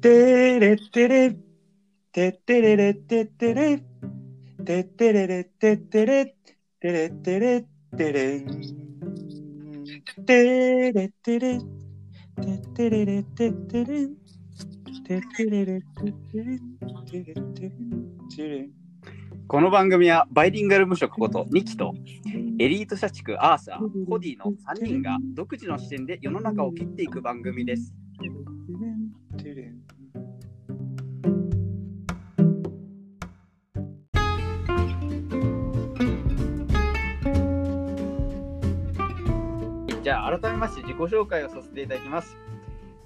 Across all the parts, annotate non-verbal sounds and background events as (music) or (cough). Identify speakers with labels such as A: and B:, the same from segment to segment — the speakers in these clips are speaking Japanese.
A: てれってれ、てってれれってってれ、てってれれってってれ、てれってれってれん。てれってれ、てってれれってってれん。てってれれってってれん。てれってれってれん。
B: この番組はバイリンガル無職ことニキとエリート社畜アーサー、ホディの3人が独自の視点で世の中を切っていく番組です。
A: てれってれんてれん。
B: じゃあ改めまして自己紹介をさせていただきます。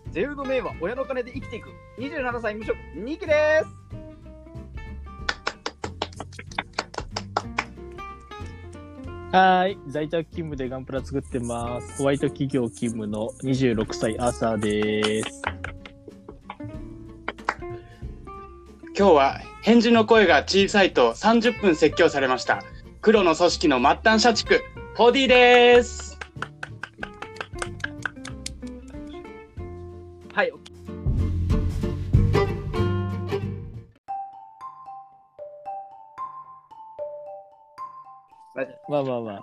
B: 自由の名は親の金で生きていく27歳無職ニキです。
C: はーい。在宅勤務でガンプラ作ってます。ホワイト企業勤務の26歳アーサーです。
D: 今日は返事の声が小さいと30分説教されました黒の組織の末端社畜ホディです
B: はい。まあ
C: まあまあまあ。
B: ま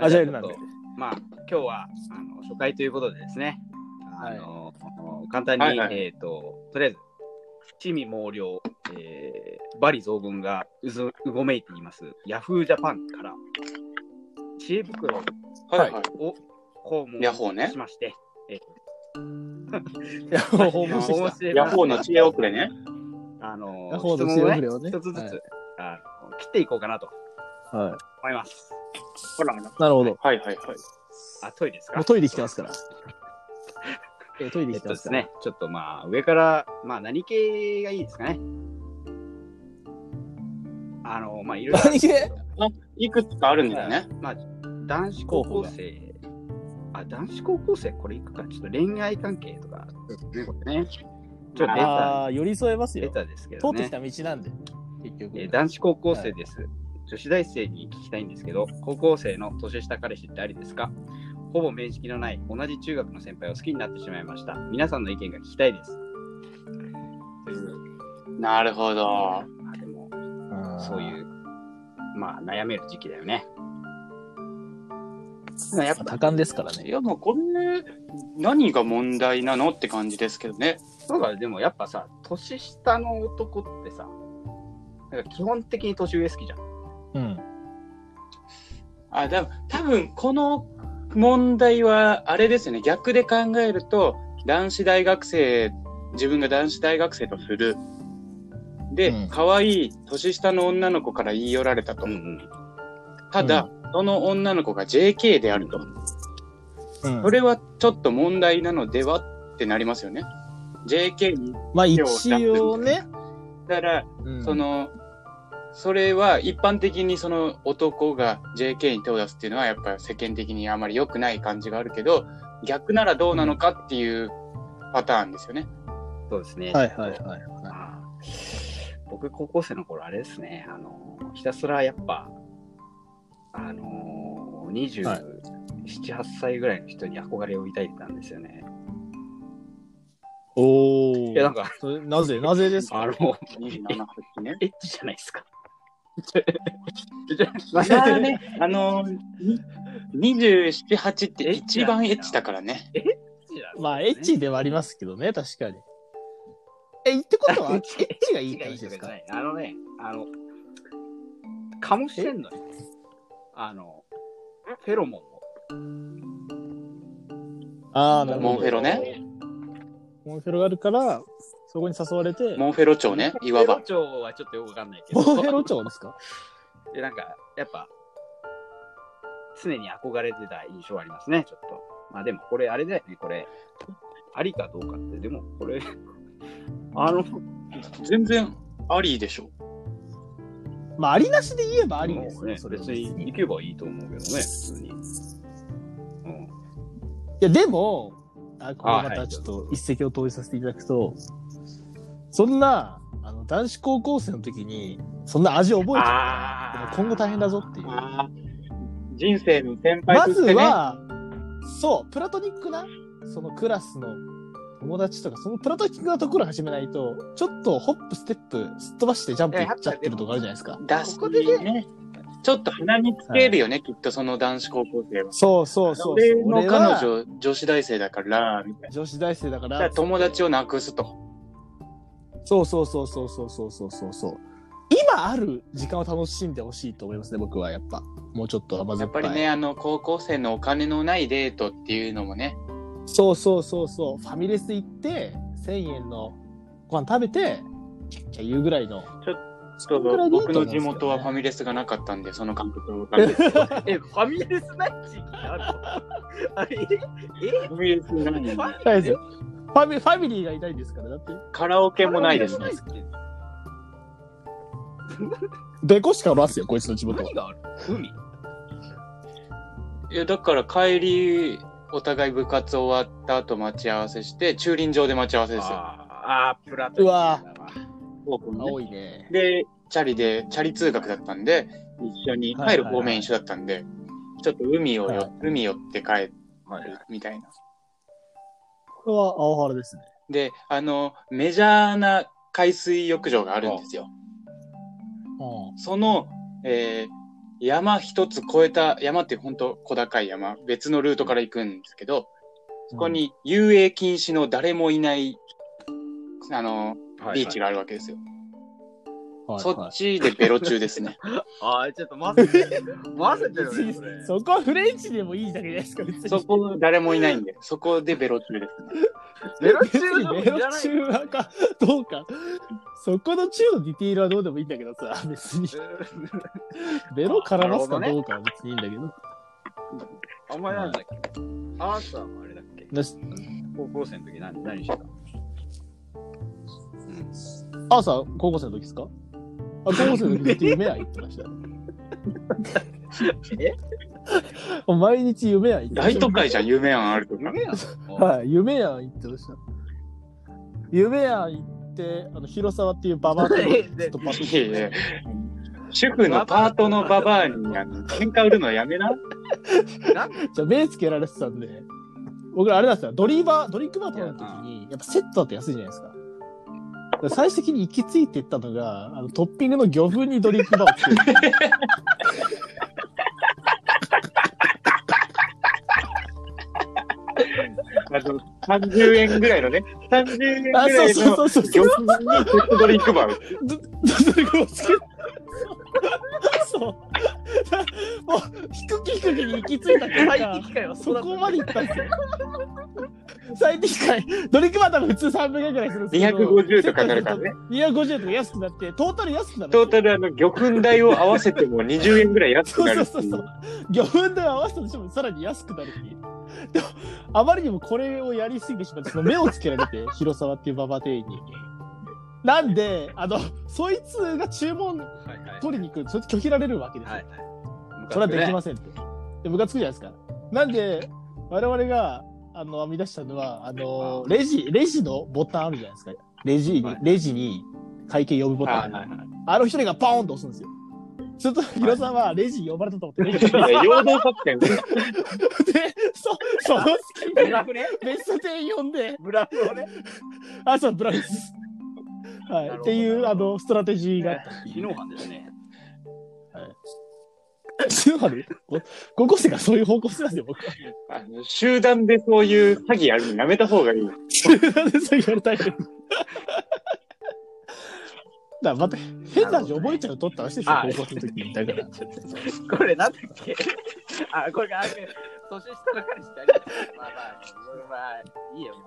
B: あ、
C: あ
B: じ
C: じ
B: ゃあ
C: ゃあ
B: ちょっとまあ、今日はあの初回ということでですね、あ
C: はい
B: の簡単に、
D: はいはい
B: えっ、と、とりあえず、伏見毛量、えー、バリ増軍がうずうごめいています、ヤフージャパンから、知恵袋
C: はい
D: はい
B: を訪
D: ヤホー
B: 問
D: ね
B: しまして、
C: (laughs) いや、もう訪問して
B: 訪問し。て
C: きた
D: ヤホーの知恵遅れね
B: あの
C: ヤホー
B: 質
C: の
B: 問をね
C: 知恵遅れをね
B: 一つずつ、
C: はい
B: あの切っていこうかなと
C: は
B: 思います。
D: ほらほら
C: い。なるほど。
D: はいはいはい
B: あ、トイレですか
C: もうトイレ来てますから。えートイレ
B: え
C: 来
B: ってと
C: ま
B: ですす
C: から。
B: ね、ちょっとまあ、上から、まあ、何系がいいですかね。あの、まあ、いろいろ。
C: 何系
D: いくつかあるんだよね
B: まあ、男子高校生。あ、男子高校生、これいくか。ちょっと恋愛関係とか、ね、これね。ちょっとデータ、
C: ああー、寄り添えます
B: デー
C: よ。
B: タですけ
C: 通
B: ど
C: って
B: ね
C: き。た道なんで、結
B: えー
C: 局。
B: 男子高校生です、女子大生に聞きたいんですけど、高校生の年下彼氏ってありですかほぼ面識のない同じ中学の先輩を好きになってしまいました。皆さんの意見が聞きたいです。という
D: なるほど
B: まあでも、
C: あー
B: そうい。う、まあ悩める時期だよね。まあやっぱ
C: 多感ですから
D: い
C: ね。
D: やもうこれ何が問題なのって感じですけどね
B: なんかでもやっぱさ、年下の男ってさ、なんか基本的に年上好きじゃん。
C: うん。
D: あだ多分この問題はあれですよね逆で考えると男子大学生自分が男子大学生とするで、
C: うん
D: 可愛い年下の女の子から言い寄られたと、
B: ん、
D: ただ、その女の子が JK であると、
C: うん
D: それはちょっと問題なのではってなりますよね JK に
C: まあ一応ね。
D: だから、
C: うん
D: そ、のそれは一般的にその男が JK に手を出すっていうのはやっぱ世間的にあまり良くない感じがあるけど逆ならどうなのかっていうパターンですよね。
B: そうですね。
C: はいはいはいはい。
B: まあ僕、高校生の頃あれですね、あの、ひたすらやっぱ、あの、27、
C: はい
B: 8歳ぐらいの人に憧れを抱いてたんですよね。
C: お
B: いや、なん
C: ー。
B: か、
C: それなぜ、なぜですか
B: あの、。
D: 27の時ね
B: エッチじゃない
C: (laughs)
B: ですか。じゃ
D: まあね、あの27、8って一番エッチだからね。
C: まあ、エッチではありますけどね、確かに。え、ってこと (laughs) は、エッチがいいって話ですか
B: あのね、あの、かもしれんのよ。あの、フェロモンを。
C: ああ、なるほ
D: モン
C: ど
D: フ。ェロね。
C: モンフェロがあるから、そこに誘われて、
D: モンフェロ町ね、いわば
B: フェロ。長はちょっとよくわかんないけ
C: モ
B: ど。
C: ンフェロ町ですか
B: でなんか、やっぱ、常に憧れてた印象はありますね、ちょっと。まあでも、これ、あれだよね、これ、ありかどうかって、でも、これ、あの、
D: 全然ありでしょ。
C: まあ、ありなしで言えばありです
B: ね
C: ね、それは
B: 別に行けばいいと思うけどね、普通に。うん。
C: いや、でも、あこれ
B: あ
C: ま
B: は
C: た
B: い
C: ちょっと一石を投じさせていただくと、そんな、あの、男子高校生の時に、そんな味覚えて
B: あ
C: 今後大変だぞっていう
D: あー人生の先輩
C: ま
D: と
C: ず
D: してね。
C: は、そう、プラトニックな、そのクラスの友達とか、そのプラトキックなところ始めないと、ちょっとホップ、ステップ、すっ飛ばしてジャンプいっちゃってるとこあるじゃないですか。
D: 出す
B: ここでね
D: ね。ちょっと鼻につけるよね、きっとその男子高校生は。
C: そうそうそう
D: 俺
C: そう。
D: の
C: 俺
D: 彼
C: は
D: 女、女子大生だから、みたい
C: 女子大生だか
D: な。だから
C: ら、
D: 友達をなくすと。
C: そうそうそうそうそうそうそうそうそう。今ある時間を楽しんでほしいと思いますね、僕はやっぱ。もうちょっと甘
D: や
C: 酸っ
D: っ
C: ぱ
D: ぱ
C: い。
D: りね、あの、高校生のお金のないデートっていうのもね、
C: そうそうそうそう。ファミレス行って、1000円のご飯食べて、キャッキャ言うぐらいの。
D: ちょ
C: そ
D: そ
C: の
D: う
C: ぐらいでいい
D: 僕
C: と思
D: の
C: うんです
D: 地
C: よね
D: 元はファミレスがなかったんで、その感覚をかんないですけどフ
B: え、ファミレスない地域あるのあれえ
D: ァミレスがないんで
B: ァ
C: ないですよファミファミリーがいないんですから、だって。
D: (laughs) カラオケもないですね。
C: ベコしかおらんすよ、こいつの地元は
B: 何。がある海
D: いや、だから帰り、お互い部活終わった後待ち合わせして、駐輪場で待ち合わせですよ。
B: あーあー、プラト
C: うわ
D: 高校のね
C: 青いね。
D: で、チャリで、チャリ通学だったんで、一緒に、
C: はいは
D: 帰
C: いは
D: る
C: い
D: 方面一緒だったんで、ちょっと海をよ、
C: はい
D: 海寄って帰る
B: はいはい。
D: みたいな。
C: これは青原ですね。
D: で、あの、メジャーな海水浴場があるんですよ。
C: う
D: その、えー山一つ越えた、山って本当小高い山、別のルートから行くんですけど、そこに遊泳禁止の誰もいない、あの、ビーチ
B: が。
D: があるわけですよ。
C: ん。はい
D: そ
C: は
D: っ
C: い
D: ちでベロ中です
C: (laughs)
D: ね。
B: ああ、ちょっと混ぜてる。混ぜてるね、それ。
C: そこはフレンチでもいいだけじゃないですか、別に。
D: そこ誰もいないんで、そこでベロ中ですね。
B: ベロ
C: 別
B: 中
C: に
B: の
C: メ
B: もい
C: ロ
B: らない。
C: 中はか、どうか。そこの中のディティールはどうでもいいんだけどさ、別に。ベロ絡ますかどうかは別にいいんだけど。
B: あんまりなんだっけアーサーもあれだっけ
C: だし
B: 高校生の時何何してた
C: あさ、高校生の時ですかあ、高校生の時って夢屋行ってま
D: (laughs)
C: したよ。毎日夢屋行ってま
D: 大
C: した
D: 都。会じゃん、夢案あるとか。
B: 夢やの
C: はい、夢屋行ってました。夢屋行って、あの、広沢っていうババ
D: (laughs)
C: アとずっとパ
D: いやいや
C: ッと。
D: 主婦のパートのババアにあの喧嘩売るのやめな。
C: じゃあ目つけられてたんで、僕らあれなんですよ、ドリーバー、ドリンクバーとかの時に、やっぱセットだと安いじゃないですか。だから最終的に行き着いていったのが、あのトッピングの魚粉にドリンクバーをつ
D: (laughs)
C: ける。
D: あの30円ぐらいのね、30円ぐ
C: あ、
D: ら
C: そう
D: い
C: そ
D: の
C: うそうそう。
D: 魚粉にペットドリンクバー。
C: ドドリンクバーをつける。そう。もう、低き低きに行き着いた結
B: 最
C: 果
B: 適、解は
C: そ
B: そうだった
C: こまで行ったんですよ。最適解、ドリンクバー多分普通300円ぐらいするんですけど。
D: 250とかになるからね。
C: 250円とか安くなって、トータル安くなるんですよ
D: トータルあの魚粉代を合わせても20円ぐらい安く
C: そう
D: な
C: そ
D: る
C: う
D: って
C: そうそ
D: い
C: うう。。魚粉で合わせたとしてもさらに安くなるっていう。でも、あまりにもこれをやりすぎてしまって、その目をつけられて、広沢っていうババア店員に。なんで、あの、そいつが注文
B: はいはい
C: 取りに行く、そいつ拒否られるわけですよ。
B: はいはい。。
C: それはできますせんって。で、ムカつくじゃないですか。なんで、我々が、あの、編み出したのは、あの、レジ、レジのボタンあるじゃないですか。レジ
B: は
C: に
B: い、
C: レジに会計呼ぶボタン。
B: はいはいはい。
C: あの一人がポーンと押すんですよ。すると、広沢はレジに呼ばれたと思って、レジに
D: いや、陽動作戦だよ
C: で、そ、その隙
B: ブ
C: に
B: ラフね。
C: 別の店員呼んで、
B: ブラフをね。
C: あ、そう、ブラウス。はい
B: なるほど、
C: っていう、あの、ストラテジーがあっ
B: 昨日なんですね。
C: た。つまり、こ高校生がそういう方向性なんですよ、僕は。
D: あの集団でそういう詐欺やるのやめた方がいい。
C: なんでそう言われたいのだからまた変な味覚えちゃうとって話でしょ、
B: なる
C: 高
B: ほ
C: 校生の時に。だか
B: (laughs)
C: ら。
B: これなんだっけあ、これが、あ年下の彼氏ってありますまあまあ、まあ、いいよ、もう。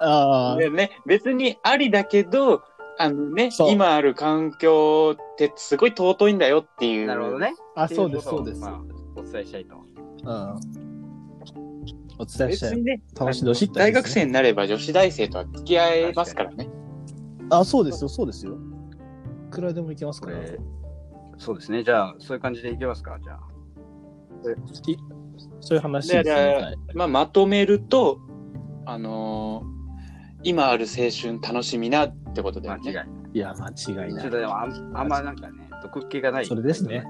C: ああ、
D: でね、別にありだけど、あのね
C: そ、う
D: 今ある環境ってすごい尊いんだよっていう。
B: なるほど。ね。
C: あ、そうです、そうです。
B: まあ、お伝えしたいと。
C: うん。お伝えし
D: 別
C: たい
D: に。ね、
C: 楽しんでほしいって話で
D: 大学
C: すね
D: 生になれば女子大生とは付き合えますからね。
C: あ、そうですよ、そうですよ。いくらでもいけます
B: こ
C: から。
B: れ、そうですね。じゃあ、そういう感じでいきますか、じゃあ。
C: そういう話です、ね。
D: だから
C: はい
D: まあ、まとめると、あのー今ある青春楽しみなってことだ
B: 間
D: よ
B: 違い
D: ね。
B: ない。
C: いや、間違いな
B: ちょ
C: い
B: っ。とでもあん、あんまなんかね、毒気がない。
C: それですね。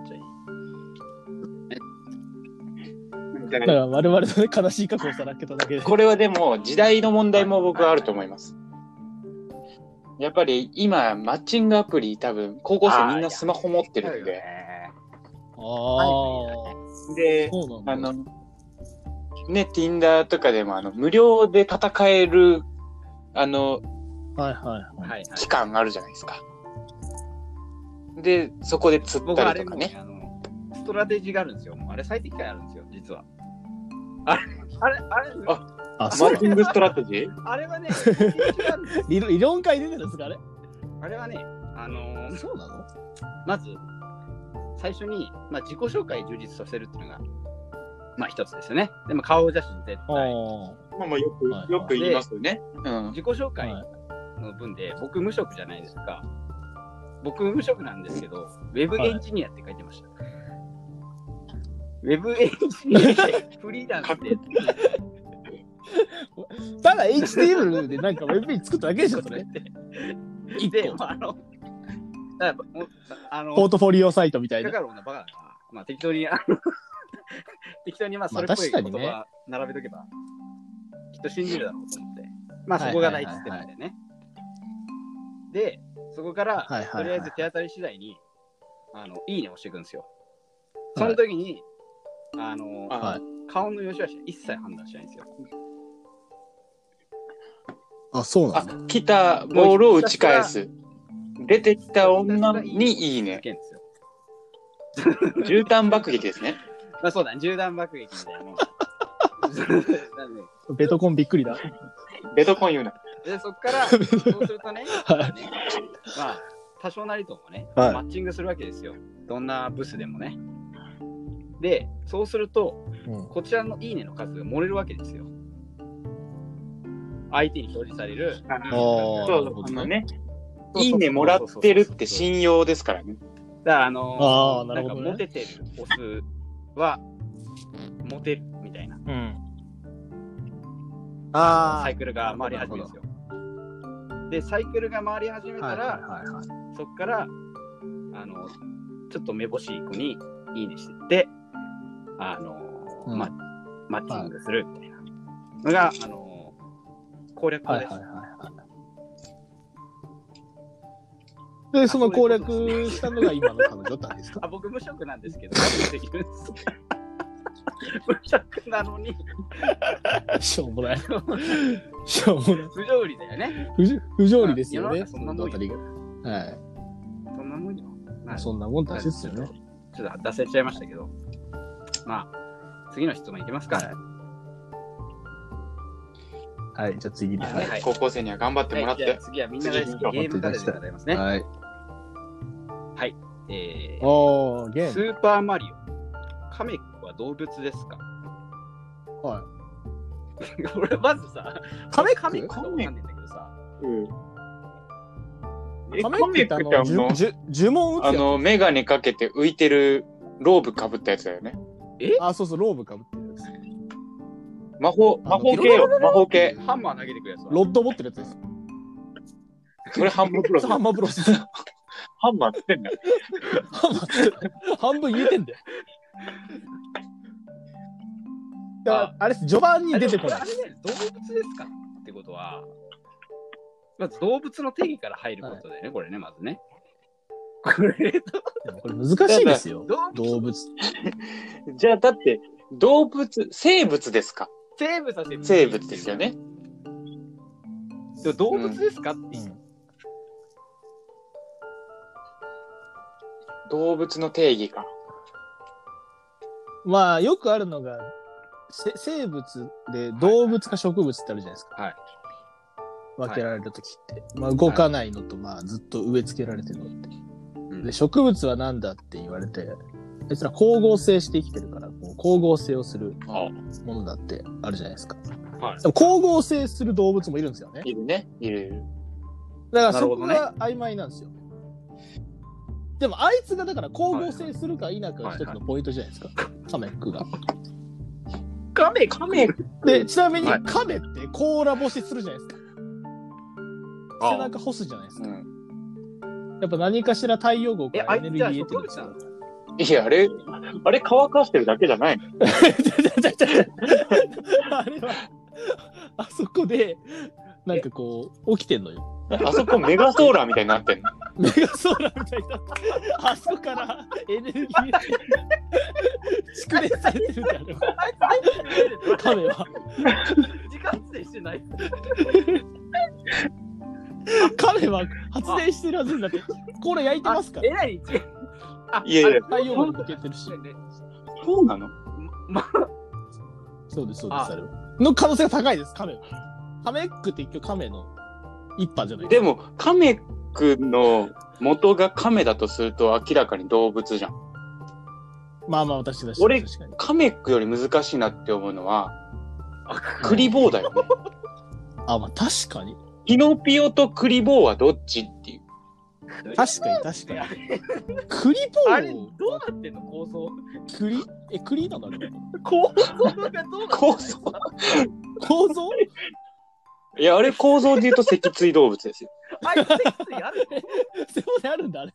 D: なんじ
C: だ
D: ゃな
C: か
D: い。
C: ら我々のね悲しい過去をさらけた (laughs) だけで。
D: これはでも、時代の問題も僕はあると思います。やっぱり今、マッチングアプリ、多分、高校生みんなスマホ持ってるんで、
C: ああ。
D: で、
C: そうなんだ。
D: あの、ね、Tinder とかでも、あの、無料で戦える、あの、
C: はいはい。
B: はいはい。
D: 期間あるじゃないですか。で、そこで釣っ
B: 僕
D: た
B: あ
D: り
B: れ
D: と
B: も
D: か
B: ね
D: ね。、
B: あの、ストラテジーがあるんですよ。もうあれ最適解あるんですよ、実は。あれ、あれ、あれ、
D: あ
C: あ、
D: マ
C: そう
D: ッチングストラテジー
B: あれはね、最適解あるんですよ
C: 理論理論会出てるんですかあれ
B: あれはね、あのー
C: そうなの
B: まず、最初に、まあ、自己紹介充実させるっていうのが、まあ一つですよね。でも顔写真絶対。
C: あ
D: まあまあよ
C: はい
D: く、よく言いますよね。うん。
B: 自己紹介
C: は
B: の分で、僕無職じゃないですか。僕無職なんですけど、ウェブエンジニアって書いてました。ウェブエンジニアでフリーランスで
C: あ。ただ HTML でなんか Web に作っただけでしょ、それ。
B: で、まあ、あの、だからもうあの、
C: ポートフォリオサイトみたい
B: だ
C: な。
B: から俺のバカだな。まあ適当に、あの (laughs) 適当にまあそれっぽい
C: ま
B: 言
C: あ確かにね
B: 葉並べとけば、きっと信じるだろうと思って。まあ
C: はい
B: そこが第一ステップでね。で、そこから、
C: はいはいはい
B: とりあえず手当たり次第に、あの、いいねを押していくんですよ。その時に、あの、
D: あ
C: はい
B: 顔の良し悪しは一切判断しないんですよ。
C: あ、そう
D: あ、来たボールを打ち返す。出てきた女にいい
B: つ
D: ね。
B: けんですよ。
D: 絨毯爆撃ですね。
B: まあそうだ、銃弾爆撃みたいな
D: (laughs)
B: もん。なんで
C: ベトコンびっくりだ。
D: ベトコン言うな。
B: で、そこから、そうするとね、
C: はい
B: まあ、多少なりともね、
C: はい
B: マッチングするわけですよ。どんなブスでもね。で、そうすると、
C: うん
B: こちらのいいねの数が漏れるわけですよ。相手に表示される。
D: あ
C: あーな
D: そう
C: る
D: そ
C: ほど
D: う、あ
C: ね
D: のね。いいねもらってるって信用ですからね。
B: だからあの
C: あーなるほどね
B: んかモテてるオスは、モテるみたいな
C: うん。あ
B: サイクルが回り始めるんですよ。で、サイクルが回り始めたら、
C: はいはい。
B: そっから、あの、ちょっとめぼしい子にいいねしてって、あの、
C: うん
B: ま、マッチングするみたいなのが、あの、攻略法
C: はい
B: です。
C: はいはい。で、その攻略したのが今の彼女ってあれですか
B: あ僕、無職なんですけど、できるんです
C: (laughs)
B: 無職なのに、
C: しょうもない。 (laughs) しょうもない。
B: 不条理だよね。
C: 不条不条理ですよ
B: ま
C: ね、
B: あ世の中そんなもんよ
C: その辺りが。はい。
B: そんなもんよ。まあ
C: そんなもんだしですよね。
B: ちょっと脱線しちゃいましたけど、まあ、次の質問いきますか。
C: はい、じゃあ次に。はい。
B: はい
D: 高校生には頑張ってもらっ
B: はいじゃあ。
D: て
B: 次はみんな大好きゲームカレーでございますね。
C: はい。
B: えー
C: おー、ゲ
B: ス
C: ーム。
B: ーパーマリオ。カメは動物ですか (laughs)
C: はい。
B: 俺まずさ、
C: カメ
B: カメ
C: ック
B: かどうかわかんないんだけどさ、
D: え
C: カメ
D: コミ
C: ッ
D: ッ
C: ク
D: ク
C: っ
D: ってて
C: あ
D: あ
C: の、
D: の
C: 呪、呪呪文打
D: あ
C: つや
D: の、メガネかけて浮いてるローブかぶったやつだよね。
C: つあ、そうそう、ローブかぶってるやつ。
D: 魔法、
C: あの
D: 魔法系よ、魔法系。
B: ハンマー投げてくるやつは
C: ロッド持ってるやつです。
D: それハンマープロス。
C: ハンマーブロス。
D: ハンマーって言ってんだよ。
C: ハンマー半分言えてんだよ。だからあれです、序盤に出てこない
B: あ。れね、動物ですかってことは、まず動物の定義から入ることだよね、これね、まずね。 (laughs) これ、
C: (laughs) これ難しいですよ。
B: 動物
C: 動物。
D: じゃあ、だって、動物、生物ですか
B: 生物だって
D: 生物ですよね。。
B: でも動物ですかっていう、
D: 動物の定義か。
C: まあ、よくあるのが、せ生物で動物か植物ってあるじゃないですか。
B: はい
C: 分けられるときって。まあ、動かないのと、まあ、ずっと植え付けられてるのって。
B: うん
C: で、植物は何だって言われて、あいつら光合成して生きてるから、こう光合成をする
B: あ
C: ものだってあるじゃないですか。
B: はい
C: でも光合成する動物もいるんですよね。
D: いるね。いるいる。
C: だ
B: なる
C: からそ
B: ほ
C: こ
B: どね
C: が曖昧なんですよ。でもあいつがだから光合成するか否かが一つのポイントじゃないですか。カメックが。
B: カメ
D: カメ、
C: で、ちなみに
B: はい
C: カメって甲羅干しするじゃないですか。背中干すじゃないです
D: う
C: か。
D: ん。
C: やっぱ何かしら太陽光からエネルギー得てるんです
B: えあい
C: よ。
D: いや、あれ、あれ乾かしてるだけじゃないの
C: (laughs) あれは、あそこで、なんかこう、起きてんのよ。
D: あそこメガソーラーみたいになってんの。
C: メガソーラーみたいになって、あそこからエネルギー、蓄電されてるんだよあれは、亀は。
B: 時間制してない。
C: 亀は発電してるはずになって、これ焼いてますから
B: え。らい違う。あ
D: いやいや
C: 太陽まで向けてるし。
D: そうなの
B: ま、
C: そうです、そうで
B: あ
C: す、あれは。の可能性が高いです、亀は。カメックって一応亀の一派じゃない
D: でも、カメくんの元がカメだとすると明らかに動物じゃん。
C: まあまあ、私だし。
D: 俺
C: 確かに。
D: カメくより難しいなって思うのは、
B: あ
D: クリボーだよね。 (laughs)
C: あ、まあ確かに。
D: ピノピオとクリボーはどっちっていう。
C: 確かに、確かに。
B: あれ
C: クリボ
B: あれ
C: ー
B: どうなってんの構想
C: クリ、え、クリなのあれは
B: 構想がどうなってんの
D: 構想
C: 構造
D: いや、あれ構造で言うと脊椎動物ですよ。
B: あいつやる
C: 背骨あるんだ、あれ。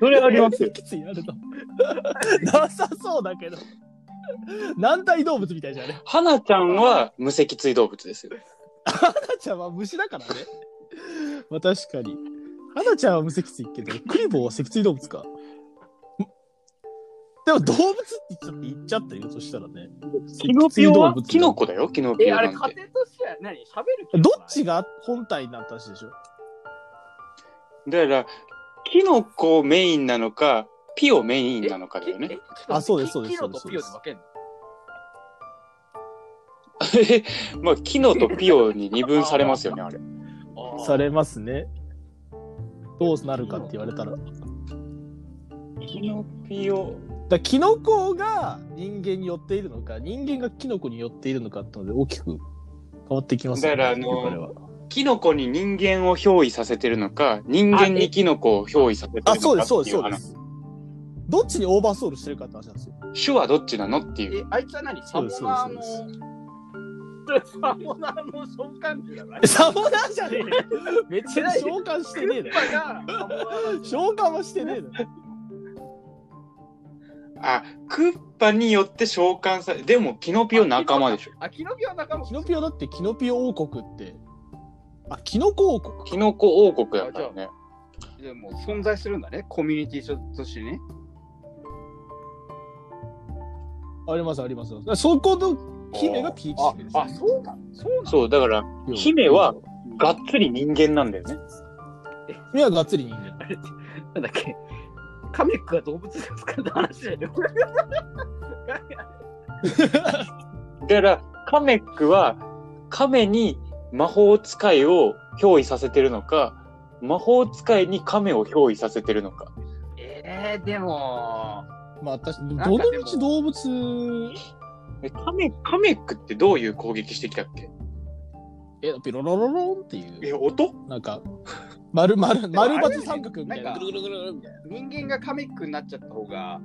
D: それありますよ。
C: (laughs) きついあるの。なさそうだけど。軟体動物みたいじゃんね。
D: 花ちゃんは無脊椎動物ですよ。
C: 花ちゃんは虫だからね。まあ確かに。花ちゃんは無脊椎けど、クリボーは脊椎動物か。んでも動物ってちょっと言っちゃったよ、そしたらね。
D: キノピオ
C: 脊椎動
D: は
C: 物
D: キノコだよ、キノ
B: え、
D: ピオ
B: あ
D: な
B: れ、
D: んて
B: 家庭としては何喋る気
C: どっちが本体になった話でしょ
D: だから、キノコメインなのか、ピオメインなのかだよね。。
C: あそうですそうです
B: キロと
C: そう
B: ピ
C: で
B: オ
C: す
B: で分けんの
D: まあ、キノとピオに二分されますよね、あれ。
B: あー
C: されますね。どうなるかって言われたら。だか
D: キノピオ。
C: らキノコが人間に寄っているのか、人間がキノコに寄っているのかってので大きく変わってきますよね。
D: だからあの
C: これは
D: キノコに人間を憑依させてるのか、人間にキノコを憑依させてるのか
C: あ、そうです、そう
D: っ
C: で
D: て
C: す、
D: いう
C: そうで
D: 話。
C: す。どっちにオーバーソウルしてるかって話なんですよ。
D: 主はどっちなのっていう。
B: え、あいつは何サ
C: そう
B: モ
C: です
B: ナーの。
C: そう
B: それサモナーの召喚機だから。
C: サモナーじゃねえよ別に召喚してねえ
B: クッ
C: だ
B: パがサモナーの
C: 召喚はしてねえだろ。
D: あ、クッパによって召喚され、でもキノピオ仲間でしょ。。
B: あ、キノピオ仲間。
C: キノピオだってキノピオ王国って。あ、キノコ王国
D: キノコ王国だからね。
B: でも存在するんだね、コミュニティとしてね。
C: ありますあります。そこの姫がピーチ姫です、
B: あ、そうなのそうなの
D: そう、だから、
C: 要は
D: 姫は、がっつり人間なんだよね。
C: 姫はがっつり人間。
B: なんだっけカメックが動物ですかって話だよ。
D: だから、カメックは、カメに魔法使いを憑依させてるのか、魔法使いにカメを憑依させてるのか。
B: えー、でも、
C: まあ、私、ど
B: かでも
C: の道動物、
D: えカメ、カメックってどういう攻撃してきたっけ
C: え、ピロロロロンってい
D: え、
C: う、
D: 音
C: なんか、丸、丸、丸
B: あれ
C: バツ三角みたい
B: な
C: な。
B: んか
C: ぐるぐるぐるぐるみたいな
B: 人間がカメックになっちゃった方が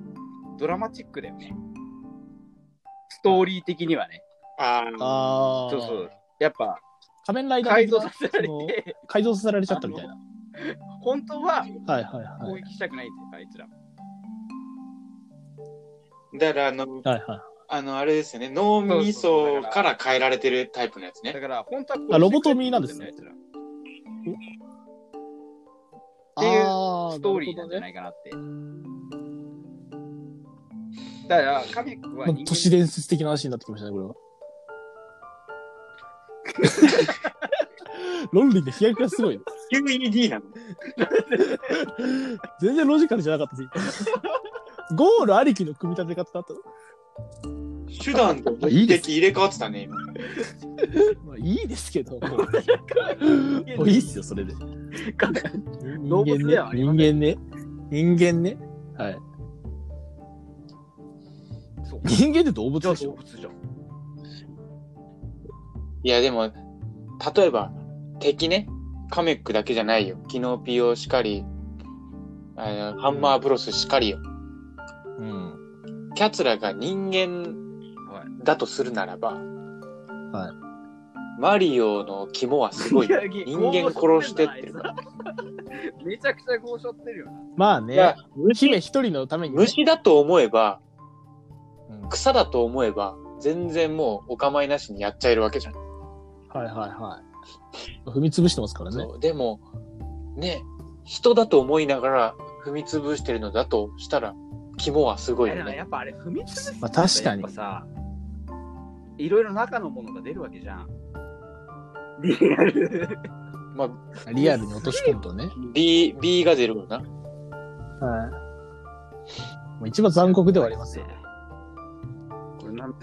B: ドラマチックだよね。ストーリー的にはね。
D: あ
C: あ
D: あ。
C: ー
B: そうそう。やっぱ
C: 仮面ライダー
B: 改
C: 的
B: 造
C: な
B: させられ
C: その
B: て、
C: 改造させられちゃったみたいな。
B: 本当は
C: はいはい
B: 攻
C: はい。
B: 撃したくないんだよ、あいつら。
D: だから、あ
C: は
D: の、
C: いはい。
D: あの、あれですよね。脳みそから変えられてるタイプのやつ
B: だ
D: ね。
B: から本当は
C: あロボトミーなんですね
B: あいつら
C: あ
B: ていう
C: あ
B: ストーリーなんじゃないいかなって。だから、カメックは人間
C: 都市伝説的な話になってきましたね、これは。 (laughs) 論理で飛躍がすごいね。
D: QED なの。
C: 全然ロジカルじゃなかったです。ゴールありきの組み立て方だった
D: 手段と目的入れ替わってたね、今。
C: まあいいですけど、もう
B: 間
C: もういいっすよ、それで。人
B: (laughs) 動物ではあ
C: 間ね。
B: り
C: 人
B: ま
C: 間ね。人間ね。はい。
B: そう
C: 人間って動物
B: じゃあ
C: でし
B: 動
C: ょ。
B: 物じゃん。
D: いや、でも、例えば、敵ね。カメックだけじゃないよ。キノピオしかり、あのハンマーブロスしかりよ。
C: うん。
D: キャツラが人間
B: はい
D: だとするならば、
C: は
D: マリオの肝はすごいよ。人間殺してってるから。
B: (laughs) めちゃくちゃ豪しょってるよな。
C: まあ
D: いや
C: ね、姫
A: 虫
C: 一人のためにね、
D: 虫だと思えば、
C: うん
D: 草だと思えば、全然もうお構いなしにやっちゃえるわけじゃん。
C: はいはいはい。踏み潰してますからね。
D: そうでも、ね、人だと思いながら踏み潰してるのだとしたら、肝はすごいよ
B: あれな
D: ね
B: や。っぱあれ踏みつぶす
C: まあ確かに
B: やっぱさ、いろいろ中のものが出るわけじゃん。リアル。
D: まあ、
C: リアルに落とし込むとね。
D: B、B が出るわな。
C: はい。まあ一番残酷ではありますよ。。
B: これなん。 (laughs)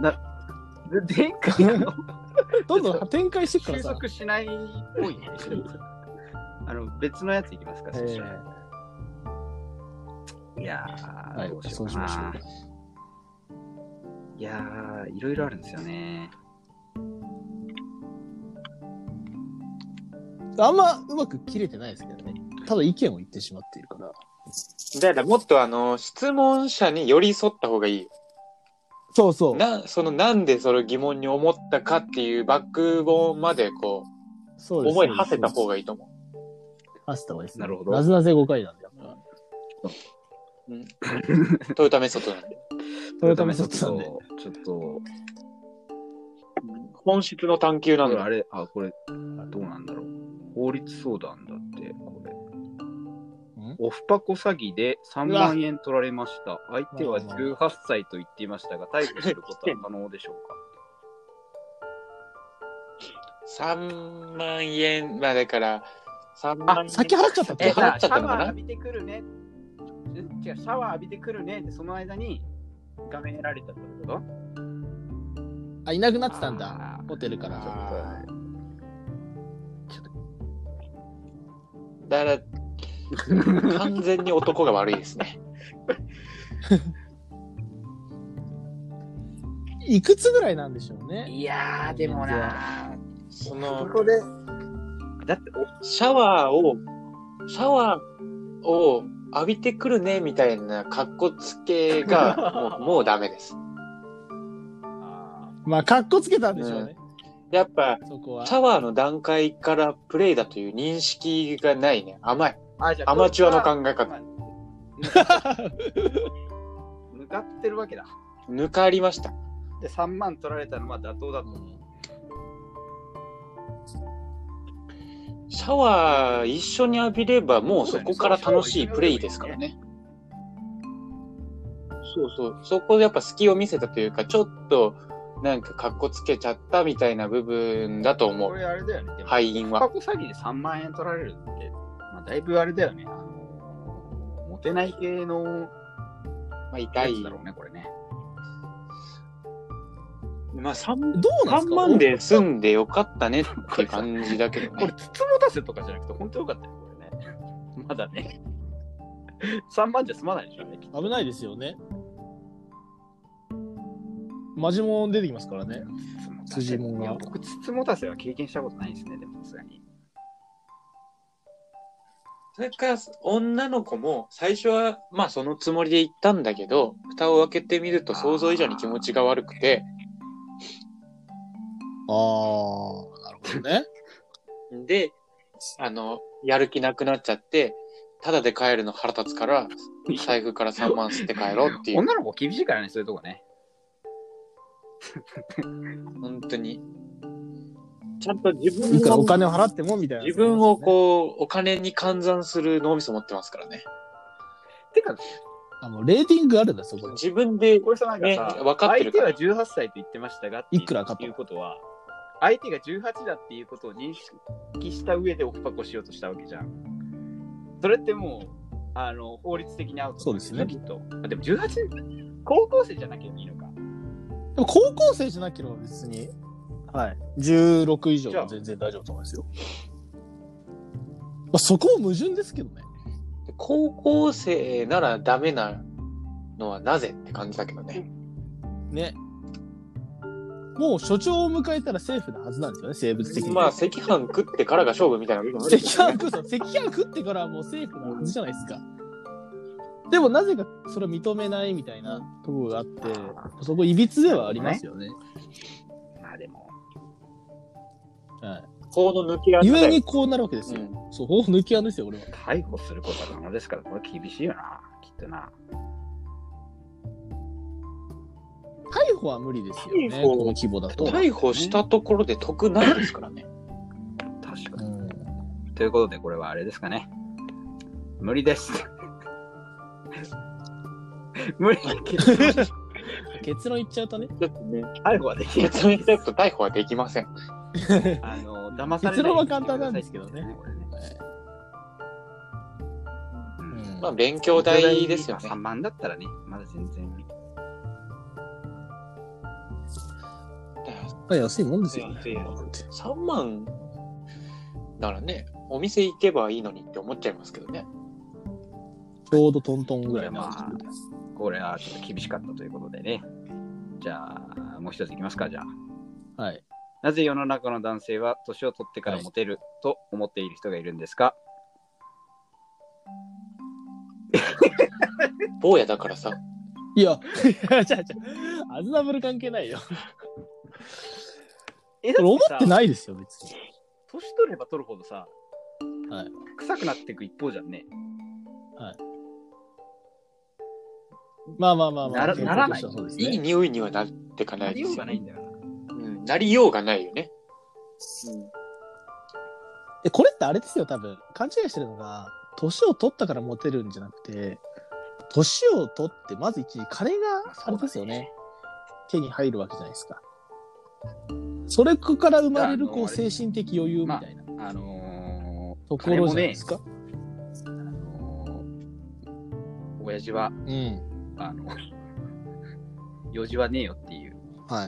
B: な (laughs) 前回の
C: (laughs) どんどん展開していくから
B: 収
C: さ。
B: 束しないっぽいね。 (laughs) あの別のやついきますか、
C: え
B: そし
C: え
B: たらいやー、
C: はい
B: どうしよ
C: そうう
B: か
C: しましょ
B: な
C: う。
B: いやー、いろいろあるんですよね。
C: あんまうまく切れてないですけどね。ただ意見を言ってしまっているから。
D: だからもっとあの、質問者に寄り添った方がいいよ。
C: そうそう。
D: な、そのなんでそれを疑問に思ったかっていうバックボーンまでこ、
C: そううです
D: 思い馳せた方がいいと思
C: 馳せた方がいいですね。
B: なるほど
C: なぜなぜ誤解なんだよ。
D: う。うん。トヨタメソッドなんで。
C: トヨタメソッドなんで。
B: ちょっと、
D: 本質の探求な
B: こ
D: ん
B: れ
D: だ
B: あ。れ、あ、これ、どうなんだろう。法律相談だって、これ。オフパコ詐欺で3万円取られました。相手は18歳と言っていましたが、逮捕することは可能でしょうか
D: 3万円、まあだから、3万円。
C: あ、先払っちゃったっ
D: え
C: て
D: 払っちゃったの
B: シ
D: かな
B: ャワー浴びてくるね。ん違う、シャワー浴びてくるねって、その間に画面得られたってこと
C: あ、いなくなってたんだ。
B: あー
C: ホテルから。
D: あーだ
B: ちょ
D: か
B: っ
D: ら、完全に男が悪いですね。
C: いくつぐらいなんでしょう
B: と
C: ね。
B: (laughs) いやー、でもな
D: その、
B: こで。だって、
D: シャワーを、シャワーを浴びてくるね、みたいな格好つけが、 (laughs) もう、もうダメです。
C: まあ、格好つけたんでしょうね。
D: やっぱ、
C: そこは
D: シ。ャワーの段階からプレイだという認識がないね。甘い。
B: あじゃあ
D: アマチュアの考え方。
B: 向かってるわけだ。
D: 抜かりました。
B: で、3万取られたのは妥当だと。
D: シャワー一緒に浴びれば、もうそこから楽しいプレイですからね。そうそう。そこでやっぱ隙を見せたというか、ちょっと、なんか格好つけちゃったみたいな部分だと思
B: こ
D: う。
B: れあれだよね。でも
D: 敗因は
B: タ。コ詐欺で3万円取られるって、まあ、だいぶあれだよね。あのーモテない系の
D: まあ、痛
B: や
D: い
B: つ。だろうね、これね。
D: まあ、3
C: (laughs) どうなんですか
D: 万で済んでよかったねって感じだけど
B: これ、
D: ね。
B: つつもたせとかじゃなくて、本当よかったよ、これね。 (laughs) まだね。3万じゃ済まないでしょ、ね。
C: 危ないですよね。マジも出てきますからね。辻もが
B: いや僕、つつもたせは経験したことないですね、でもさすがに。
D: それから、女の子も最初は、まあ、そのつもりで行ったんだけど、蓋を開けてみると想像以上に気持ちが悪くて、
C: ああ、なるほどね。
D: で、あの、やる気なくなっちゃって、ただで帰るの腹立つから、財布から3万吸って帰ろうっていう、
B: 女の子厳しいからね、そういうとこね。
D: 本当に。ちゃんと自
C: い
D: 分
C: くらお
D: を、
C: 金を払ってもみたいな。
D: 自分をこう、お金に換算する脳みそ持ってますからね。
B: てか、
C: あもうレーティングあるんだ、そこに。
D: 自分で
B: これさ、なんかさ、
D: ね分かってるから
B: 相手は18歳と言ってましたがって
C: いくらかと
B: いうことは、相手が18だっていうことを認識した上でオフパコしようとしたわけじゃん。それってもう、あの法律的にアウト
C: そうですね
B: きっと。あでも18、高校生じゃなければいいのか。
C: でも高校生じゃなければ別に、はい、16以上は全然大丈夫と思いますよ。まあ、そこも矛盾ですけどね。
D: 高校生ならダメなのはなぜって感じだけどね。
C: ね。もう所長を迎えたらセーフなはずなんですよね、生物的に。
D: まあ、赤飯食ってからが勝負みたいな部分もあ
C: 赤
D: る
C: 飯食うぞ赤飯食ってからはもうセーフなはずじゃないですか。でもなぜかそれを認めないみたいなところがあって、そこいびつではありますよね。
B: まあでも、
C: はい。
D: 法の抜き穴
C: ゆ
D: だ
C: え
D: よ。
C: にこうなるわけですよ。そう、法抜き穴ですよ、俺は。
B: 逮捕することは可能ですから、これ厳しいよな、きっとな。
C: 逮捕は無理ですよね、
D: 逮捕
C: この規模だと。
D: うん逮捕したところで得ないですからね。
B: 確か
C: う
B: に。
C: ん
B: ということで、これはあれですかね。無理です。 (laughs) 無理だけど、
C: 結論言っちゃうとね、
D: ちょっとね、
B: 逮捕はできない。
D: 別にちょっと逮捕はできません。
B: あの、騙されない
C: 結論は簡単なんですけどね。
B: これねうん
D: まあ、勉強代ですよね
B: 3。万だったらね、まだ全然。
C: まあ安いもんですよ、ね。
D: 安いよ3万ならね、お店行けばいいのにって思っちゃいますけどね。
C: ちょうどトントンぐらい
B: まあ
C: な。
B: これはちょっと厳しかったということでね。じゃあ、もう一ついきますか、じゃあ。
C: はい。
B: なぜ世の中の男性は年を取ってからモテると思っている人がいるんですか、
D: 坊やだからさ。
C: いや、 (laughs) いや、じゃあじゃあ、アズナブル関係ないよ。
B: (laughs) え、
C: これ思って
B: い
C: ないですよ、別に。
B: 年取れば取るほどさ、
C: はい
B: 臭くなっていく一方じゃんね。
C: まあまあまあま
B: な
C: あ。
B: らならない
C: そうです
D: いい
C: ね。
D: 匂いにはなってかないですよね。
B: んだよな。
D: うんなりようがないよね。
C: え、これってあれですよ、多分。勘違いしてるのが、年を取ったからモテるんじゃなくて、年を取って、まず一時、金が、あれですよね。手に入るわけじゃないですか。それから生まれる、こ
B: あ
C: う、
B: のあれ
C: 精神的余裕みたいな
B: あのー、
C: ところじゃないですか。
B: あのー、親父は、
C: うん。
B: あの、用事はねえよっていう、
C: は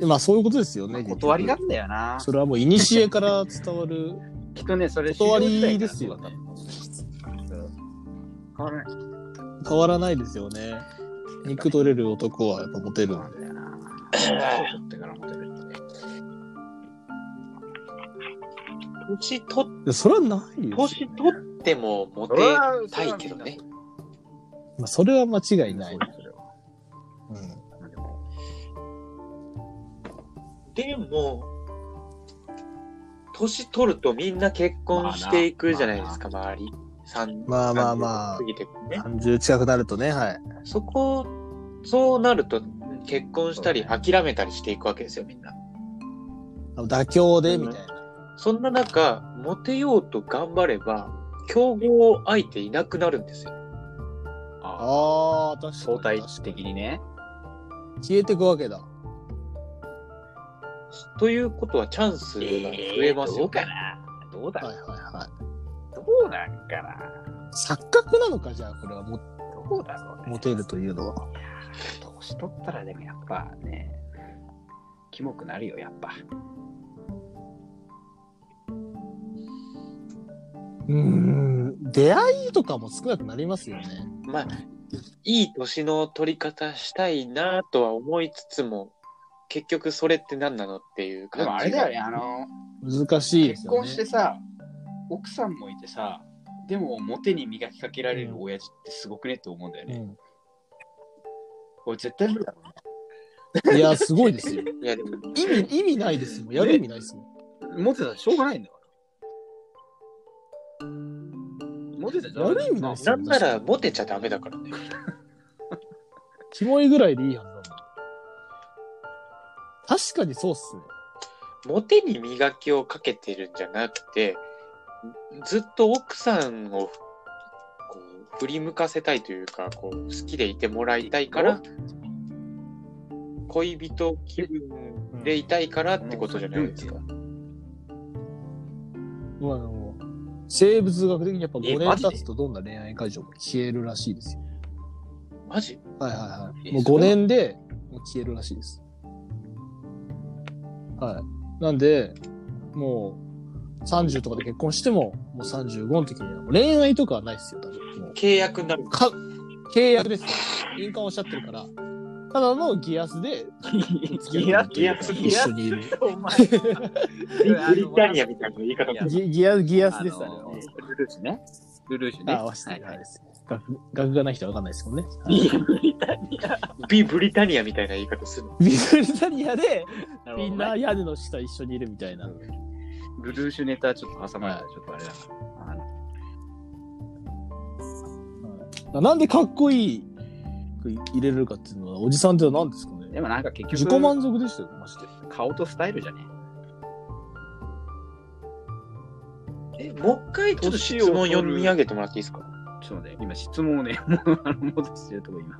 C: い。まあ、そういうことですよね。結局
B: 断りだったよな。
C: それはもう、いにしえから伝わる
B: きっとね、それ
C: 断りですよね。
B: 変わらない。
C: 変わらないですよね。肉取れる男はやっぱモテるんで。
B: だよな。年取ってからモテるってね。
D: 年取っ
C: いやそれはないですよ、
D: 年取ってもモテたいけどね。
C: まあ、それは間違いない。
B: それは
C: うん
B: まあでも
D: でも、年取るとみんな結婚していくじゃないですか、周り。三
C: まあまあまあ
D: 過ぎてね。
C: 30近くなるとね、はい。
D: そこ、そうなると結婚したり諦めたりしていくわけですよ、みんな。
C: あの妥協で、みたいな。
D: そんな中、モテようと頑張れば、競合相手いなくなるんですよ。
B: あ
C: ああ、確かに。
B: 相対
C: 確か
B: 的にね。
C: に消えていくわけだ。
D: ということはチャンスが増えます
B: ど
D: よ
B: うか
D: ね。
B: などうだ
C: はいはいはい。
B: どうなんかな
C: 錯覚なのか、じゃあ、これはモ
B: どうだろうね。
C: モテるというのは。
B: 年取ったらでもやっぱね、キモくなるよ、やっぱ。
C: うーん。出会いとかも少なくなりますよね。
D: まあ、いい年の取り方したいなとは思いつつも、結局それって何なのっていう
B: で
D: 感じ
B: もあれだよね、あの、
C: 難しいです
B: 結
C: よね。
B: 婚してさ、奥さんもいてさ、でもモテに磨きかけられる親父ってすごくねって思うんだよね。俺絶対無理だろ
C: うん、いや、すごいですよ。
D: いやでも、
C: 意味、意味ないですもん。やる意味ないですもん。
B: うね。モテたらしょうがないんだから。モテたらダメだ
C: やる意味ないっすよ
D: なんならモテちゃダメだからね。
C: キモいぐらいでいいはずなんだ。確かにそうっすね。
D: モテに磨きをかけてるんじゃなくて、ずっと奥さんをこう振り向かせたいというか、こう好きでいてもらいたいから、恋人気分でいたいからってことじゃないですか。
C: まあ、あの、生物学的にやっぱ
B: え
C: 5
B: マ
C: 年
B: ジで
C: 経つとどんな恋愛会場も消えるらしいですよ。
D: マジ
C: はいはいは
B: え
C: い。もう
B: そう
C: 5
B: なの
C: 年でもう消えるらしいです。はい。なんで、もう30とかで結婚しても、もう35の時にはもう恋愛とかはないですよ、多分。もう
D: 契約になる。
C: か契約ですよ。印鑑おっしゃってるから。ただのギアスで、
B: (laughs) ギアギアス
C: 一緒にいる。
B: お前。 (laughs)
D: ブリタニアみたいな言い方
B: いや
C: ギギアギアス
B: あ
C: です、あれは
B: のルルーシュね。ルルーシュね。
C: あ合わせてないです。学、学がない人はわかんない (laughs) ですもんね。
B: いや、ブリタニア。
D: ビ・ブリタニアみたいな言い方する。
C: ビブリタニアで、
B: なるほどね
C: みんな屋根の下一緒にいるみたいな。
B: ブルーシュネタちょっと挟まれたらちょっとあれだから。あの
C: なんでかっこいいく入れれるかっていうのは、おじさんって何ですかね
B: でもなんか結
C: 自己満
B: 局、
C: 足でしたよ、マジで。
B: 顔とスタイルじゃね
D: え、もう一回ちょっと質問読み上げてもらっていいですか
B: ちょっと待って、今質問をね、 (laughs) もうあの戻してるとこ今。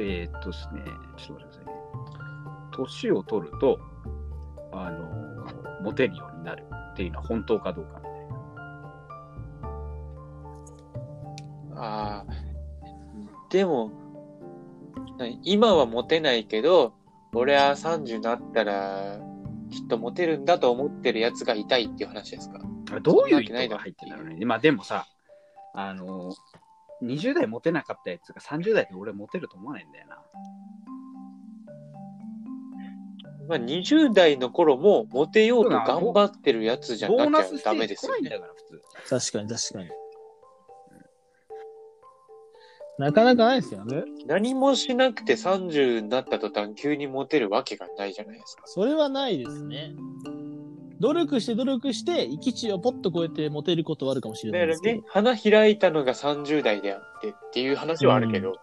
B: (laughs) えーっとですね、ちょっと待ってくださいね。年を取ると、あの、モテるようになるっていうのは本当かどうかみたいな。
D: ああ。でも、何今はモテないけど、俺は30になったら、きっとモテるんだと思ってるやつがいたいっていう話ですか
B: あれどういう意図が入ってんだろうね。まあでもさ、あの、20代モテなかったやつが30代で俺モテると思わないんだよな。
D: まあ、20代の頃もモテようと頑張ってるやつじゃ
B: ボー
D: な
B: ナ
D: き
B: スス
D: ゃ
B: テ
D: ダ
B: ー
D: メ
B: ジ
D: です
B: 来
D: よ
B: ないん
D: ね。
B: だから、普通。
C: 確かに確かに。なかなかないですよね。
D: 何もしなくて30になった途端急にモテるわけがないじゃないですか。
C: それはないですね。努力して努力して、域値をポッと超えてモテることはあるかもしれ
D: だ
C: ない
D: か
C: で
D: ら
C: すけど
D: ね。、花開いたのが30代であってっていう話はあるけど、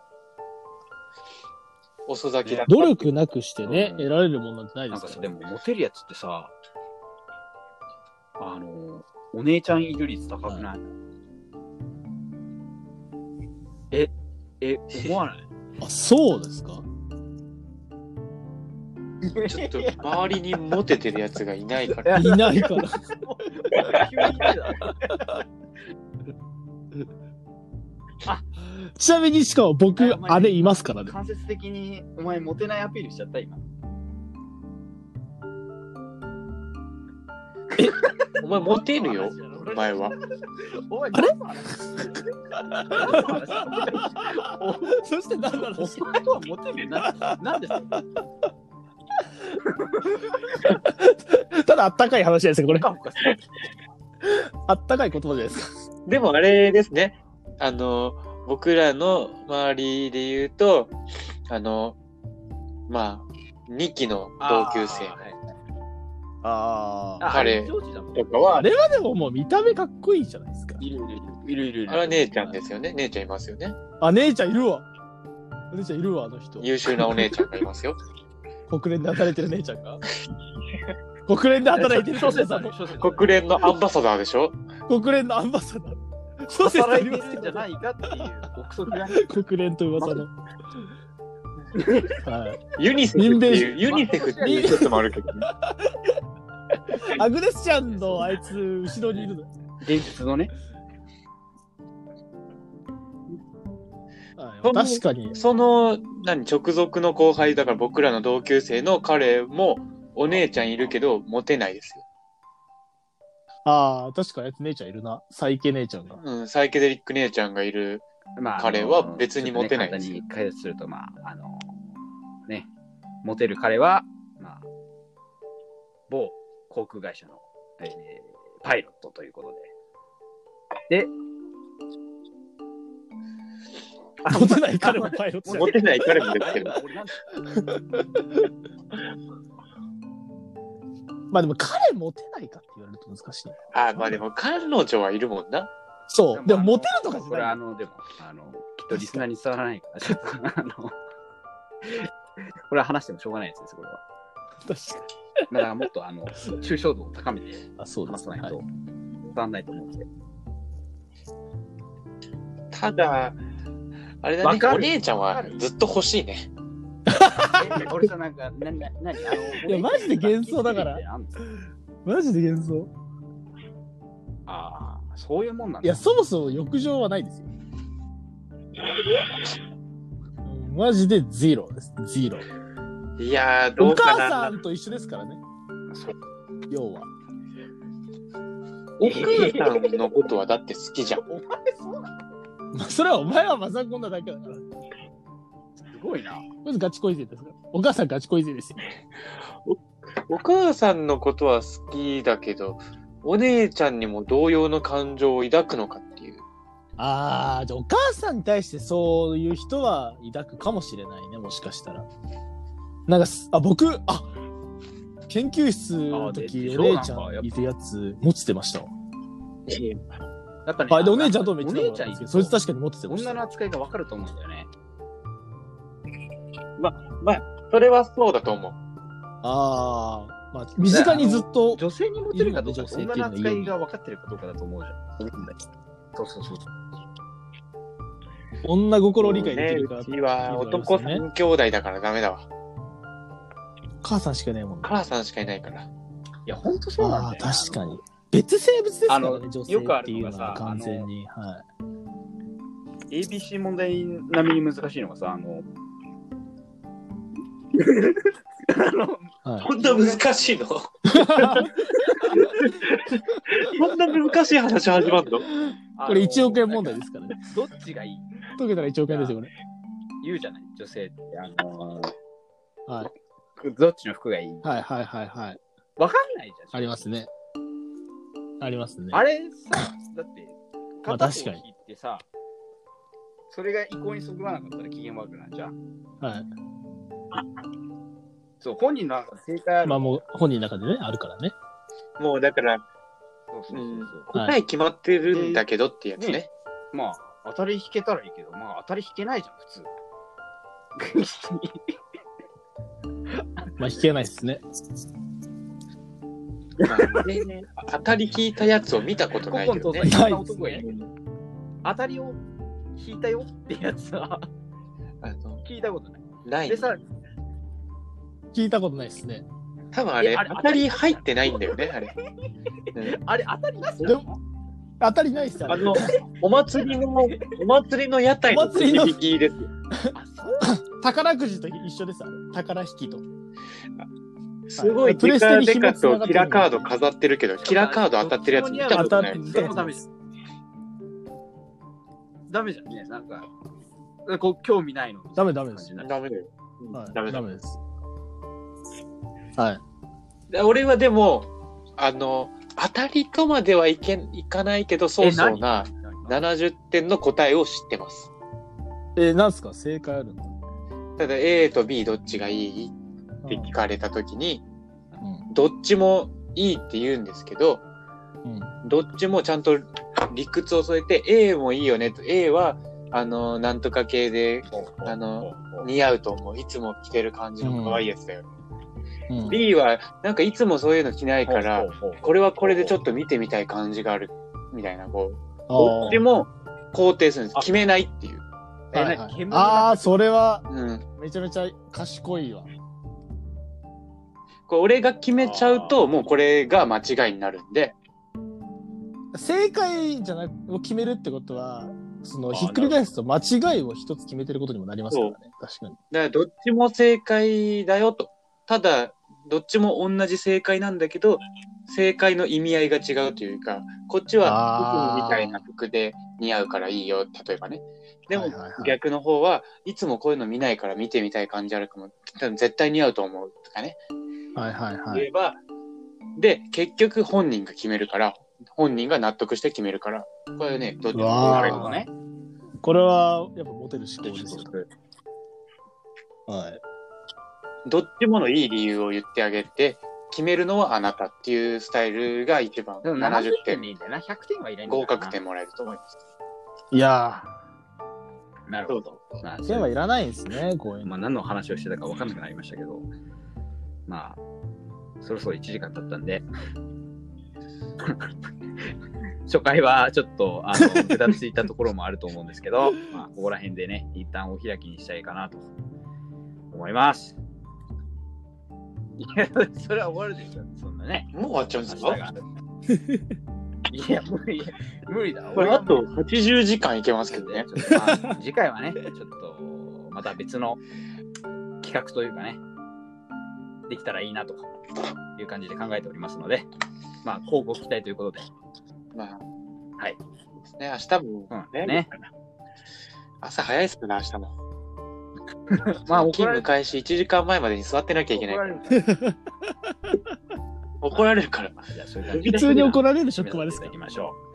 D: 遅咲きだった
C: 努力なくしてね、
B: うん
C: 得られるものなんてないで
B: なん
C: す
B: か
C: か
B: さ、
C: ら
B: でもモテるやつってさ、あの、お姉ちゃんいる率高くない、え、 (laughs) え、思わない
C: あ、そうですか
D: ちょっと周りにモテてるやつがいないから。
C: いないから。
B: 急に言うな
C: ちなみにしかも僕、姉いますからね。
B: 間接的にお前モテないアピールしちゃった今。
D: お前モテるよ、お前は。
B: お前
C: あれ
B: 何の話 (laughs) お
C: そして何なの
B: お前とはモテるななんで
C: ただあったかい話じゃないですか、これ
B: ほ。かほかする
C: あったかい言葉じゃないですか。
D: でもあれですね、あの、僕らの周りで言うと、あの、まあ、2期の同級生
B: あーはい
C: あ
B: あ
D: 彼
B: 上司だもん
D: とか
C: あ
D: は、
C: れはでももう見た目かっこいいじゃないですか。
B: いるいるいるいるいるいる。
D: あれは姉ちゃんですよね。姉ちゃんいますよね。
C: あ、姉ちゃんいるわ。姉ちゃんいるわ、あの人。
D: 優秀なお姉ちゃんがいますよ。
C: 国連で働いてる姉ちゃんが。国連で働いてる
B: 小
C: ソセ
B: 説
C: さ
B: だ
C: ん
B: ね
C: も。
B: 小説だね
D: 国連のアンバサダーでしょ
C: 国連のアンバサダー。ソセさん
B: 働
C: い
B: い
C: ま
B: て
C: す
B: るん
C: け
B: じゃ
C: ど
B: ないかっていう憶測 (laughs) が。
C: 国連と噂の。はい。
D: ユニセフって
C: 民
D: いう、ユニセフっていう説もあるけどね。
C: アグネスちゃんのあいつ、後ろにいるの。
B: 現実のね。
C: はい、確かに。
D: その、何、直属の後輩、だから僕らの同級生の彼も、お姉ちゃんいるけど、モテないですよ。
C: ああ、確かにあいつ姉ちゃんいるな。最系姉ちゃんが。
D: うん、サイケデリック姉ちゃんがいる。
B: まあ、
D: 彼は別にモテない
B: あのちょっとね簡単に解説すると、まあ、あの、ね、モテる彼は、まあ、某航空会社の、えーパイロットということで。で、あ
C: モテない彼もパイロットじゃ
D: モテない彼もですけど。
B: 俺なんだ
C: (laughs) んまあでも彼モテないかって言われると難しいな。
D: あ、まあでも彼女はいるもんな。
C: そう。でもモテるとかじ
B: これ
C: ゃ
B: あ
C: ない。
B: の、でも、あの、きっとリスナーに伝わらないから、ちょっと、あの、これは話してもしょうがないやつです、これは。
C: 確か
B: だからもっと、あの、抽象度を高めて
C: に。あ、そうで
B: 話
C: す
B: さな
C: ね。
B: い
C: はい
B: と、伝わんないと思うんで。
D: ただ、あれだ
B: わ
D: ね
B: か、る
D: お姉ちゃんはずっと欲しいね。
B: え俺さ、なんか、なになになにあの
C: いやマジで幻想だから。
B: 俺あんの
C: マジで幻想。
B: ああ、そういうもんなん
C: い
B: だ。
C: や、そもそも浴場はないですよ。マジでゼロです。ゼロ。
D: いやー、ど
C: お
D: うか
C: 母
D: な
C: さ。んと一緒ですからね。
B: そう
C: 要は。
D: お母さんのことはだって好きじゃん。
B: お前そうなの
C: (laughs) まあ、それはお前はマザコンなだけだから。
B: すごいな。
C: まずガチ恋勢ですから。お母さんガチ恋勢ですよ。
D: お母さんのことは好きだけど、お姉ちゃんにも同様の感情を抱くのかっていう。
C: ああ、じゃあお母さんに対してそういう人は抱くかもしれないね、もしかしたら。なんかす、あ、僕、あ研究室の時、
B: あ
C: お
B: で
C: 姉ちゃ
B: そうなんかやっ
C: ん
B: ぱ
C: いるやつ持ってましたわ。
B: やっぱね、
C: あ、で、お姉ちゃんともめっ
B: お
C: ちゃ
B: 姉
C: 仲
B: ちゃ
C: 良かったん
B: ん
C: です
B: いる
C: けど、
B: と
C: そいつ確かに持っててました。
B: 女の扱いが分かると思うんだよね。
D: それはそうだと思う。
C: ああ、まあ、身近にずっと。
B: 女性にモテるかどうか、
C: い
B: 女の
C: るよね女性って
B: 扱
C: いうのはいいよね
B: いが分かってるかどうかだと思うじゃん。そうそうそう。
C: 女心を理解できるか
D: ね
C: ら、
D: うちは男三兄弟だからダメだわ。
C: 母さんしかいないもんね。
D: 母さんしかいないから。
B: いや、ほんとそうなん
C: あ
B: だよ
C: あ
B: な、
C: ー、確かに。別生物ですからね
B: あ、の
C: 女性
B: よくあ
C: って
B: る
C: い
B: のが
C: うの
B: さ
C: は完全に。はい。
B: (laughs) ABC 問題並みに難しいのがさ、あの、あの、
C: はい、
D: こんな難しいのこんな難しい話
B: (laughs)
D: 始まるの
B: あの
C: これ1億円問題ですからね。
B: どっちがいい
C: 解けたら1億円ですよ、これ。
B: 言うじゃない女性って。あの
C: はい。
B: どっちの服がいい
C: はいはいはいはい。
B: わかんないじゃん。
C: ありますね。ありますね。
B: あれ (laughs) さ、だって、
C: まあ
B: 片方
C: 確かに
B: 聞いてさ、それが意向にそぐわなかったら機嫌悪くなるじゃん。
C: はい。
B: そう、本人の中で正解ある。
C: まあもう本人の中でね、あるからね。
D: もうだから、
B: そうそうそうそう。
C: はい
D: 答え決まってるんだけどってやつね。
B: まあ、当たり引けたらいいけど、まあ、当たり引けないじゃん、
D: (laughs)
B: 普通。
C: まあ引けないですね。
D: まあね当たり聞いたやつを見たことないけど
B: 古今
D: ね
B: 東。
C: ない
B: そんな
C: です
B: 男がい
C: ね
B: る。当たりを引いたよってやつ
D: (laughs)
B: は
D: あの
B: 聞いたことない。
D: ない
B: で。さ、
C: 聞いたことないですね。
D: 多分あれ、
B: えあれ
D: 当たり入ってないんだよね、あれ。
B: あれ当たりなしな
C: で
B: の
C: 当たりないっすよ、
D: あ
C: ね。
D: の、お祭りの、お祭りの屋台の
C: お祭りの
D: くじ引きですよ。
B: あ、そう
C: 宝くじと一緒です、あれ宝引きと。
D: すごい、
C: プレス
D: デ
C: テ
D: カ
C: に
D: デ
C: 紐
D: カ
C: つながってる
D: とキラカード飾ってるけど、キラカード当たってるやつ見たことない。
C: 当
B: それもダメです。ダメじゃんね、なんか。こう興味ないの。
C: ダメダメです
B: な
D: ダメだよ。
C: はい、
D: ダメだ
C: ダ。メです。はい。
D: 俺はでも、あの、当たりとまではいけん、いかないけど、そうそうな、70点の答えを知ってます。
C: えー、なんすか正解あるの
D: ただ、A と B どっちがいいって聞かれたときに、どっちもいいって言うんですけど、
C: うん
D: どっちもちゃんと理屈を添えて、A もいいよねと、A は、あの、なんとか系であの、似合うと思う。いつも着てる感じの可愛いやつだ
C: う
D: よ。
C: んうん
D: B は、なんかいつもそういうの着ないから、、これはこれでちょっ
B: と。
D: と見てみたい感じがある、みたいな、こう。
C: あ
D: どっち
C: ー
D: も肯定するんです。
B: あ
D: 決めないっていう。
B: え
C: はい
B: な
C: は
B: ん
C: い
B: か煙
C: あー、それは
D: うん。
C: めちゃめちゃ賢いわ。
D: こう俺が決めちゃう
B: あ
D: と、
B: ー
D: もうこれが間違いになるんで。
C: 正解じゃなくを決めるってことは、その
B: あー
C: ひっくり返すと間違いを一つ決めてることにもなりますからね。確かに。
D: だからどっちも正解だよと。ただ、どっちも同じ正解なんだけど、正解の意味合いが違うというか、こっちは
C: あー
D: いつもみたいな服で似合うからいいよ、例えばね。でも
C: はいはいはい、
D: 逆の方はいつもこういうの見ないから見てみたい感じあるかも。でも絶対似合うと思うとかね。
C: はいはいは
D: 言
C: い。
D: えば、で、結局本人が決めるから、本人が納得して決めるから、これね、どっちも
C: うわー
B: な
D: あ
B: る
D: れ
B: ほどね。
C: これはやっぱモテる思考ですよ。はい。
D: どっちものいい理由を言ってあげて、決めるのはあなたっていうスタイルが一番
B: でも70
D: 70
B: 点
D: 点
B: でいいんだよな。100点はいらないんだよ
D: 合
B: な
D: 格。点もらえると思います。
C: いや
B: なるほど。まあ
C: ー、
B: そ
C: 点
B: う
C: はいらないですね、こういうの。
B: まあ、何の話をしてたか分かんなくなりましたけど、まあ、そろそろ1時間経ったんで、 (laughs) 初回はちょっと、あの、ぐだついたところもあると思うんですけ
D: (laughs)
B: ど、まあ、ここら辺でね、一旦お開きにしたいかなと思います。いや、それは終わるでしょ、そんなね。
D: もう終わっちゃうんです
C: (laughs)
D: か
B: 明日がいや、無理、無理だ。
D: これあと80時間いけますけど (laughs) ね。
B: ちょっとまあ次回はね、ちょっとまた別の企画というかね、できたらいいなという感じで考えておりますので、まあ、交互期待ということで、
D: まあ、
B: はい。
D: ね、明日も
B: うん、ね。
D: 朝早いですね、明日も。
B: (laughs) まあ、
D: 勤
B: 怒られ
D: 務開始1時間前までに座ってなきゃいけない
B: 怒
D: から
B: れるから。
D: ら。怒られるから。
B: じゃあそういう感じで
C: 普通に怒られる職場です
B: 目指してい
C: か
B: きましょう。